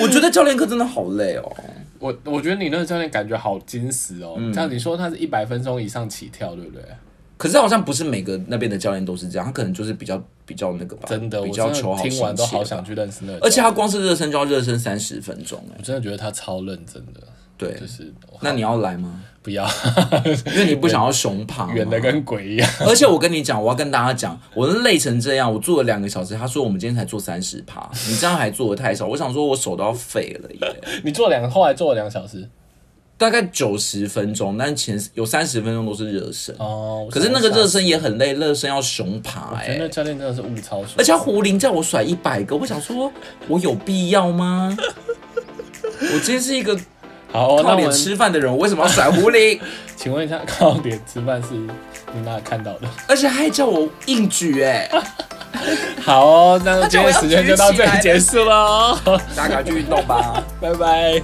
[SPEAKER 2] 我觉得教练课真的好累哦。
[SPEAKER 1] 我我觉得你那个教练感觉好矜持哦，
[SPEAKER 2] 嗯
[SPEAKER 1] 像你说他是一百分钟以上起跳，对不对？
[SPEAKER 2] 可是好像不是每个那边的教练都是这样，他可能就是比较比较那个吧，
[SPEAKER 1] 真的，我
[SPEAKER 2] 比
[SPEAKER 1] 真
[SPEAKER 2] 较求
[SPEAKER 1] 的
[SPEAKER 2] 好
[SPEAKER 1] 听完都
[SPEAKER 2] 心切
[SPEAKER 1] 好
[SPEAKER 2] 吧
[SPEAKER 1] 想去认识那个教练，
[SPEAKER 2] 而且他光是热身就要热身三十分钟哎、
[SPEAKER 1] 我真的觉得他超认真的，
[SPEAKER 2] 对
[SPEAKER 1] 就，是哦
[SPEAKER 2] 那你要来吗？
[SPEAKER 1] 不要
[SPEAKER 2] 因为你不想要熊爬吗
[SPEAKER 1] 远的跟鬼一样，
[SPEAKER 2] 而且我跟你讲，我要跟大家讲，我累成这样，我做了两个小时。他说我们今天才做三十趴， 你这样还做的太少。我想说，我手都要废了耶。
[SPEAKER 1] 你做两后来做了两小时
[SPEAKER 2] 大概九十分钟，但前有三十分钟都是热身，
[SPEAKER 1] 哦，
[SPEAKER 2] 可是那个
[SPEAKER 1] 我
[SPEAKER 2] 热身也很累，热身要熊爬
[SPEAKER 1] 想一下，我觉得那
[SPEAKER 2] 哎。
[SPEAKER 1] 教练真的是物超所值，
[SPEAKER 2] 而且他胡林叫我甩一百个，我想说，我有必 要吗？我今天是一个
[SPEAKER 1] 好哦，那
[SPEAKER 2] 靠
[SPEAKER 1] 我
[SPEAKER 2] 脸
[SPEAKER 1] 们
[SPEAKER 2] 吃饭的人，我为什么要甩胡林？
[SPEAKER 1] 请问一下，靠脸吃饭是你哪看到的？
[SPEAKER 2] 而且他还叫我硬举哎。
[SPEAKER 1] 好哦，那
[SPEAKER 2] 那
[SPEAKER 1] 今
[SPEAKER 2] 就
[SPEAKER 1] 天
[SPEAKER 2] 我要
[SPEAKER 1] 时间就
[SPEAKER 2] 举起
[SPEAKER 1] 到这里
[SPEAKER 2] 来
[SPEAKER 1] 结束喽，
[SPEAKER 2] 大家赶快去运动吧。
[SPEAKER 1] 拜拜。